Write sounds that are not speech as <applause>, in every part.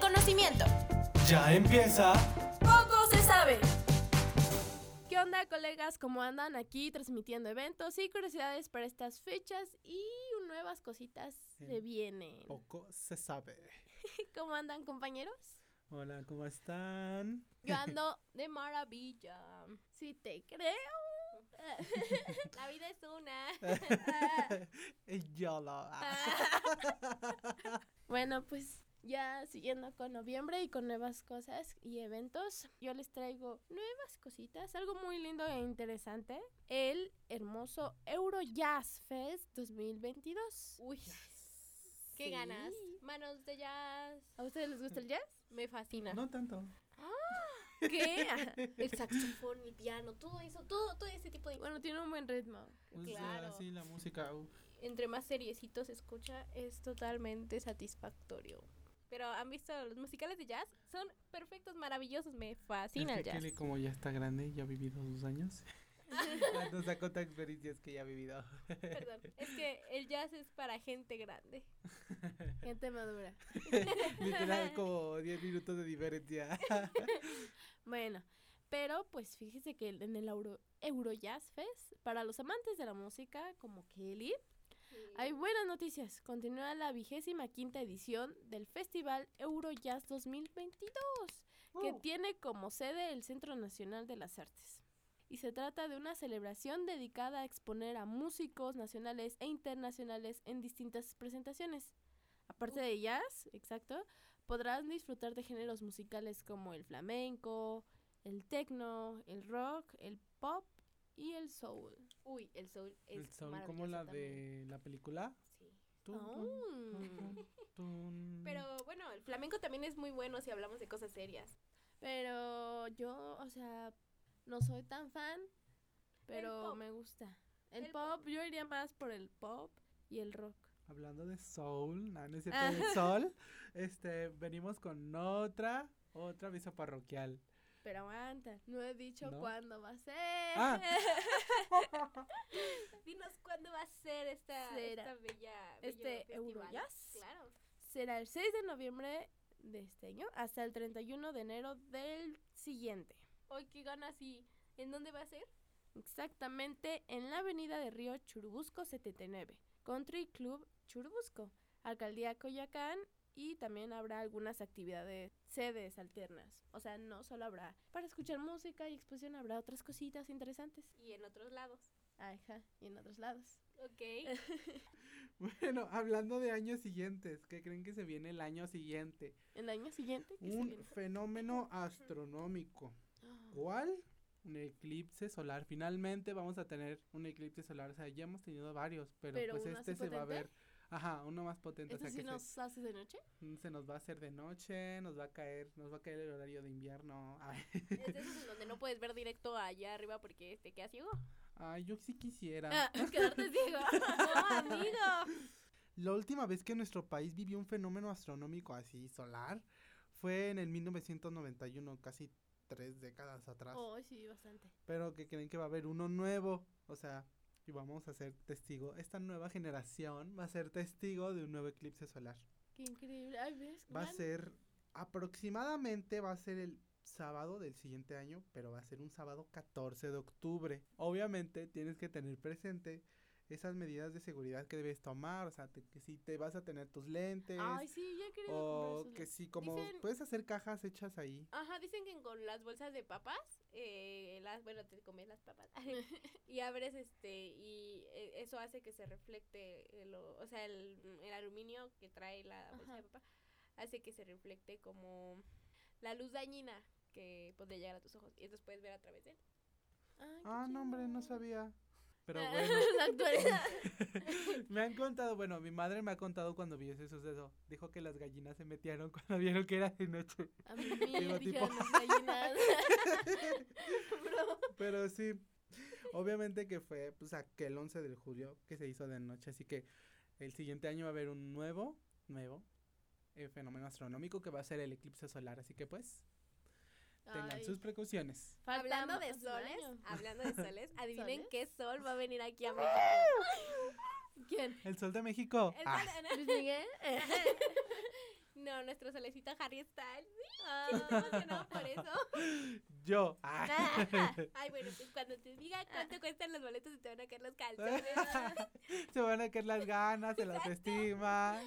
conocimiento. Ya empieza. Poco se sabe. ¿Qué onda, colegas? ¿Cómo andan aquí transmitiendo eventos y curiosidades para estas fechas y nuevas cositas se El vienen? Poco se sabe. ¿Cómo andan, compañeros? Hola, ¿cómo están? <laughs> Yo ando de maravilla. Si te creo. La vida es una. YOLO. Bueno, pues ya siguiendo con noviembre y con nuevas cosas y eventos, yo les traigo nuevas cositas, algo muy lindo e interesante, el hermoso Euro Jazz Fest 2022. Uy, Qué Sí. ganas. Manos de jazz. ¿a ustedes les gusta el jazz? Me fascina. No tanto. <laughs> ¿Qué? El saxofón, el piano, todo eso, todo, todo ese tipo de. bueno, tiene un buen ritmo. Pues, Claro. así la música. uh, uf. Entre más seriecito se escucha, es totalmente satisfactorio. Pero han visto los musicales de jazz, son perfectos, maravillosos, me fascina es el que jazz. Kelly, como ya está grande, ya ha vivido sus años. Nos da cuenta experiencias que ya ha vivido. <laughs> Perdón, es que el jazz es para gente <laughs> grande. Gente madura. Literal, como 10 minutos de diferencia. Bueno, pero pues fíjese que en el Euro, Euro Jazz Fest, para los amantes de la música como Kelly, Hay buenas noticias. Continúa la vigésima quinta edición del Festival Eurojazz 2022, que tiene como sede el Centro Nacional de las Artes. Y se trata de una celebración dedicada a exponer a músicos nacionales e internacionales en distintas presentaciones. Aparte de jazz, exacto, podrás disfrutar de géneros musicales como el flamenco, el techno, el rock, el pop y el soul. Uy, el soul es El sound como la de la película. Tun, tun, Oh. tun, tun. Pero bueno, el flamenco también es muy bueno si hablamos de cosas serias. Pero yo, o sea, no soy tan fan, pero pop. me gusta. El, El pop, pop. yo iría más por el pop y el rock. Hablando de soul, no, no es cierto, de <laughs> sol, este, venimos con otra, otra aviso parroquial. <laughs> Pero aguanta, no he dicho ¿No? cuándo va a ser. Ah. Dinos cuándo va a ser esta, Será. esta bella. Este bello festival. Eurojazz. Claro. <laughs> Será el 6 de noviembre de este año hasta el 31 de enero del siguiente. Hoy qué ganas y ¿en dónde va a ser? Exactamente en la avenida de Río Churubusco 79, Country Club Churubusco, Alcaldía Coyacán y también habrá algunas actividades, sedes alternas. O sea, no solo habrá para escuchar música y exposición, habrá otras cositas interesantes. Y en otros lados. Ajá, y en otros lados. <laughs> Ok. Bueno, hablando de años siguientes, ¿qué creen que se viene el año siguiente? El año siguiente, que se Un viene. fenómeno astronómico. <gasps> ¿Cuál? Un eclipse solar. Finalmente vamos a tener un eclipse solar. O sea, ya hemos tenido varios, pero, Pero pues uno este así se va a potente. ver. Ajá, uno más potente. ¿Este o sea, sí que nos se, mm, hace de <laughs> noche? se nos va a hacer de noche, nos va a caer, nos va a caer el horario de invierno. <laughs> Ay, es de esos en donde no puedes ver directo allá arriba porque te quedas <laughs> ciego. ay, yo sí quisiera. Ah, quedarte <laughs> ciego. no, amigo. La última vez que nuestro país vivió un fenómeno astronómico así solar fue en el 1991, casi tres décadas atrás. Oh, sí, bastante. Pero que creen que va a haber uno nuevo, o sea, y vamos a ser testigo. Esta nueva generación va a ser testigo de un nuevo eclipse solar. Qué increíble. Ay, ¿ves? Va a Man, ser aproximadamente, va a ser el sábado del siguiente año, pero va a ser un sábado 14 de octubre. Obviamente tienes que tener presente esas medidas de seguridad que debes tomar, o sea, te- que si te vas a tener tus lentes Ay, sí, yo he querido comprar o esos que si como Dicen- puedes hacer cajas hechas ahí. Ajá, dicen que con las bolsas de papas, eh, las, bueno, te comes las <laughs> papas <laughs> y abres este, y eh, eso hace que se reflecte, el, o o sea, el, el aluminio que trae la bolsa Ajá. de papa, hace que se reflecte como la luz dañina que podría llegar a tus ojos y entonces puedes ver a través de él. Ay, qué Ah, no hombre, chido. no Ah. sabía. Pero bueno, <laughs> la actualidad. me han contado, bueno, mi madre me ha contado cuando vio ese suceso. Dijo que las gallinas se metieron <laughs> cuando vieron que era de noche. A mí me Digo, dijeron tipo- las <laughs> gallinas. Pero sí, obviamente que fue pues aquel 11 de julio que se hizo de noche, así que el siguiente año va a haber un nuevo, nuevo eh, fenómeno astronómico que va a ser el eclipse solar, así que pues tengan Ay, sus precauciones. falta <laughs> hablando de más un soles, Ah. año. hablando <laughs> de soles, adivinen ¿Soles? qué sol va a venir aquí <laughs> a México. ¿Quién? El sol de México. El Ah, <laughs> sol- ¿Luis Miguel? no, <laughs> No, nuestro solecito Harry Styles. Está Ah, emocionado por eso. <laughs> Yo. Ah. Ay, bueno, pues cuando te diga <laughs> cuánto cuestan los boletos, se te van a caer los calzones. se van <laughs> a caer las ganas, el autoestima.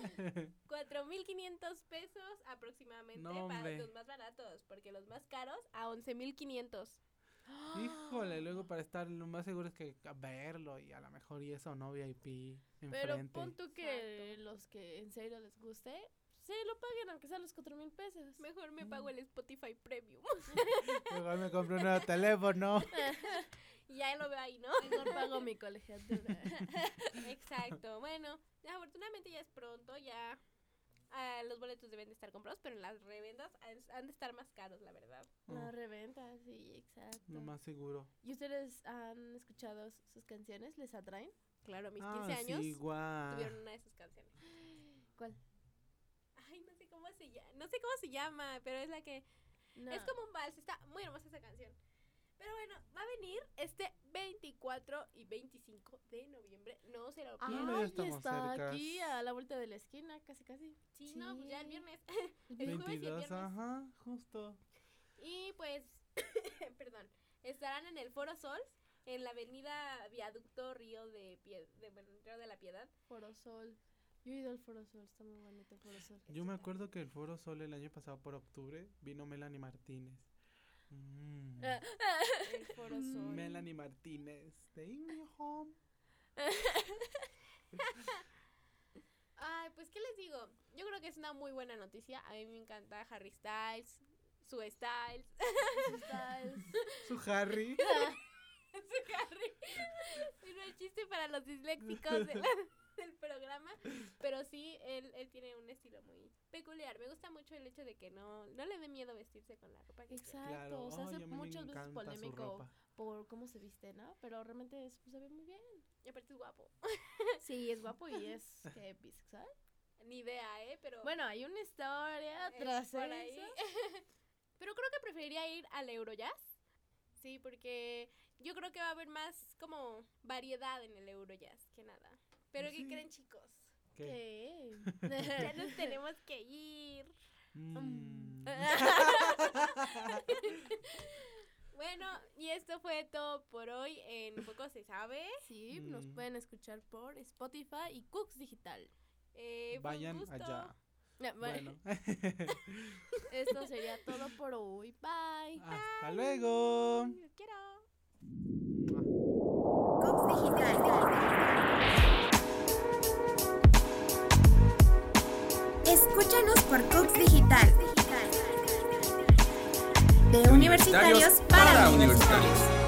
4.500 pesos aproximadamente No, para hombre. los más baratos, porque los más caros a 11.500. <laughs> Ah. Híjole, luego para estar lo más seguro es que a verlo y a lo mejor y eso, ¿no? VIP <gasps> Pero enfrente. pon tú que los que en serio les guste, se lo paguen, aunque sean los cuatro mil pesos. Mejor me pago el Spotify Premium. Mejor me compré un nuevo teléfono. <laughs> Y ya lo veo ahí, <laughs> ¿no? <laughs> Mejor pago mi <laughs> colegiatura. <laughs> Exacto. Bueno, afortunadamente ya es pronto, ya ah, los boletos deben de estar comprados, pero en las reventas han- han de estar más caros, la verdad. No, Oh, reventa, sí, exacto. lo más seguro. ¿Y ustedes han escuchado sus canciones? ¿Les atraen? <gasps> Claro, a mis ah, 15 años sí, Ah. guau. tuvieron una de sus canciones. ¿Cuál? Ay, no sé cómo se llama, no sé cómo se llama, pero es la que No. es como un vals, está muy hermosa esa canción. Pero bueno, va a venir este 24 y 25 de noviembre, no se lo Ah, pierdan. Mira, ya estamos está cercas. aquí a la vuelta de la esquina, casi casi. Sí, no, pues ya el sí. viernes. <laughs> El jueves y el 22, viernes. ajá, justo. Y pues, <coughs> perdón, estarán en el Foro Sol, en la avenida Viaducto Río de, Pie- de, bueno, Río de la Piedad. Foro Sol. Yo he ido al Foro Sol, está muy bonito el Foro Sol. Yo me acuerdo que el Foro Sol el año pasado por octubre vino Melanie Martínez. Mm, Ah, El <laughs> Foro Sol. Melanie Martínez, de In My Home. Ay, pues, ¿qué les digo? Yo creo que es una muy buena noticia. A mí me encanta Harry Styles, su Styles, <laughs> Está- es- Su Harry. su Harry. Bueno, el chiste para los disléxicos de la- del programa. Pero sí, él, él tiene un estilo muy peculiar. Me gusta mucho el hecho de que no, no le dé miedo vestirse con la ropa que quiera. Exacto, claro, o sea, ay, hace a mí me muchas veces encanta su polémico ropa. por cómo se viste, ¿no? Pero realmente es- pues, se ve muy bien. Y aparte es guapo. <laughs> Sí, es guapo y <laughs> es que bisexual. Ni idea, ¿eh? Pero Bueno, hay una historia eh, tras por eso. ahí. <laughs> Pero creo que preferiría ir al Eurojazz. Sí, porque yo creo que va a haber más como variedad en el Eurojazz que nada. Pero ¿qué Sí. <laughs> creen, chicos? ¿Qué? <laughs> Ya nos ¿Qué? tenemos que ir. um, Mm. <laughs> Bueno, y esto fue todo por hoy en Poco Se Sabe. sí, nos Mm. pueden escuchar por Spotify y Cooks Digital. Eh, fue un Vayan gusto. allá. Ya, bueno, Bueno, <laughs> <laughs> esto sería todo por hoy. Bye. <laughs> hasta luego. Los quiero. Mua. Cox Digital. Escúchanos por Cox Digital. De universitarios para universitarios.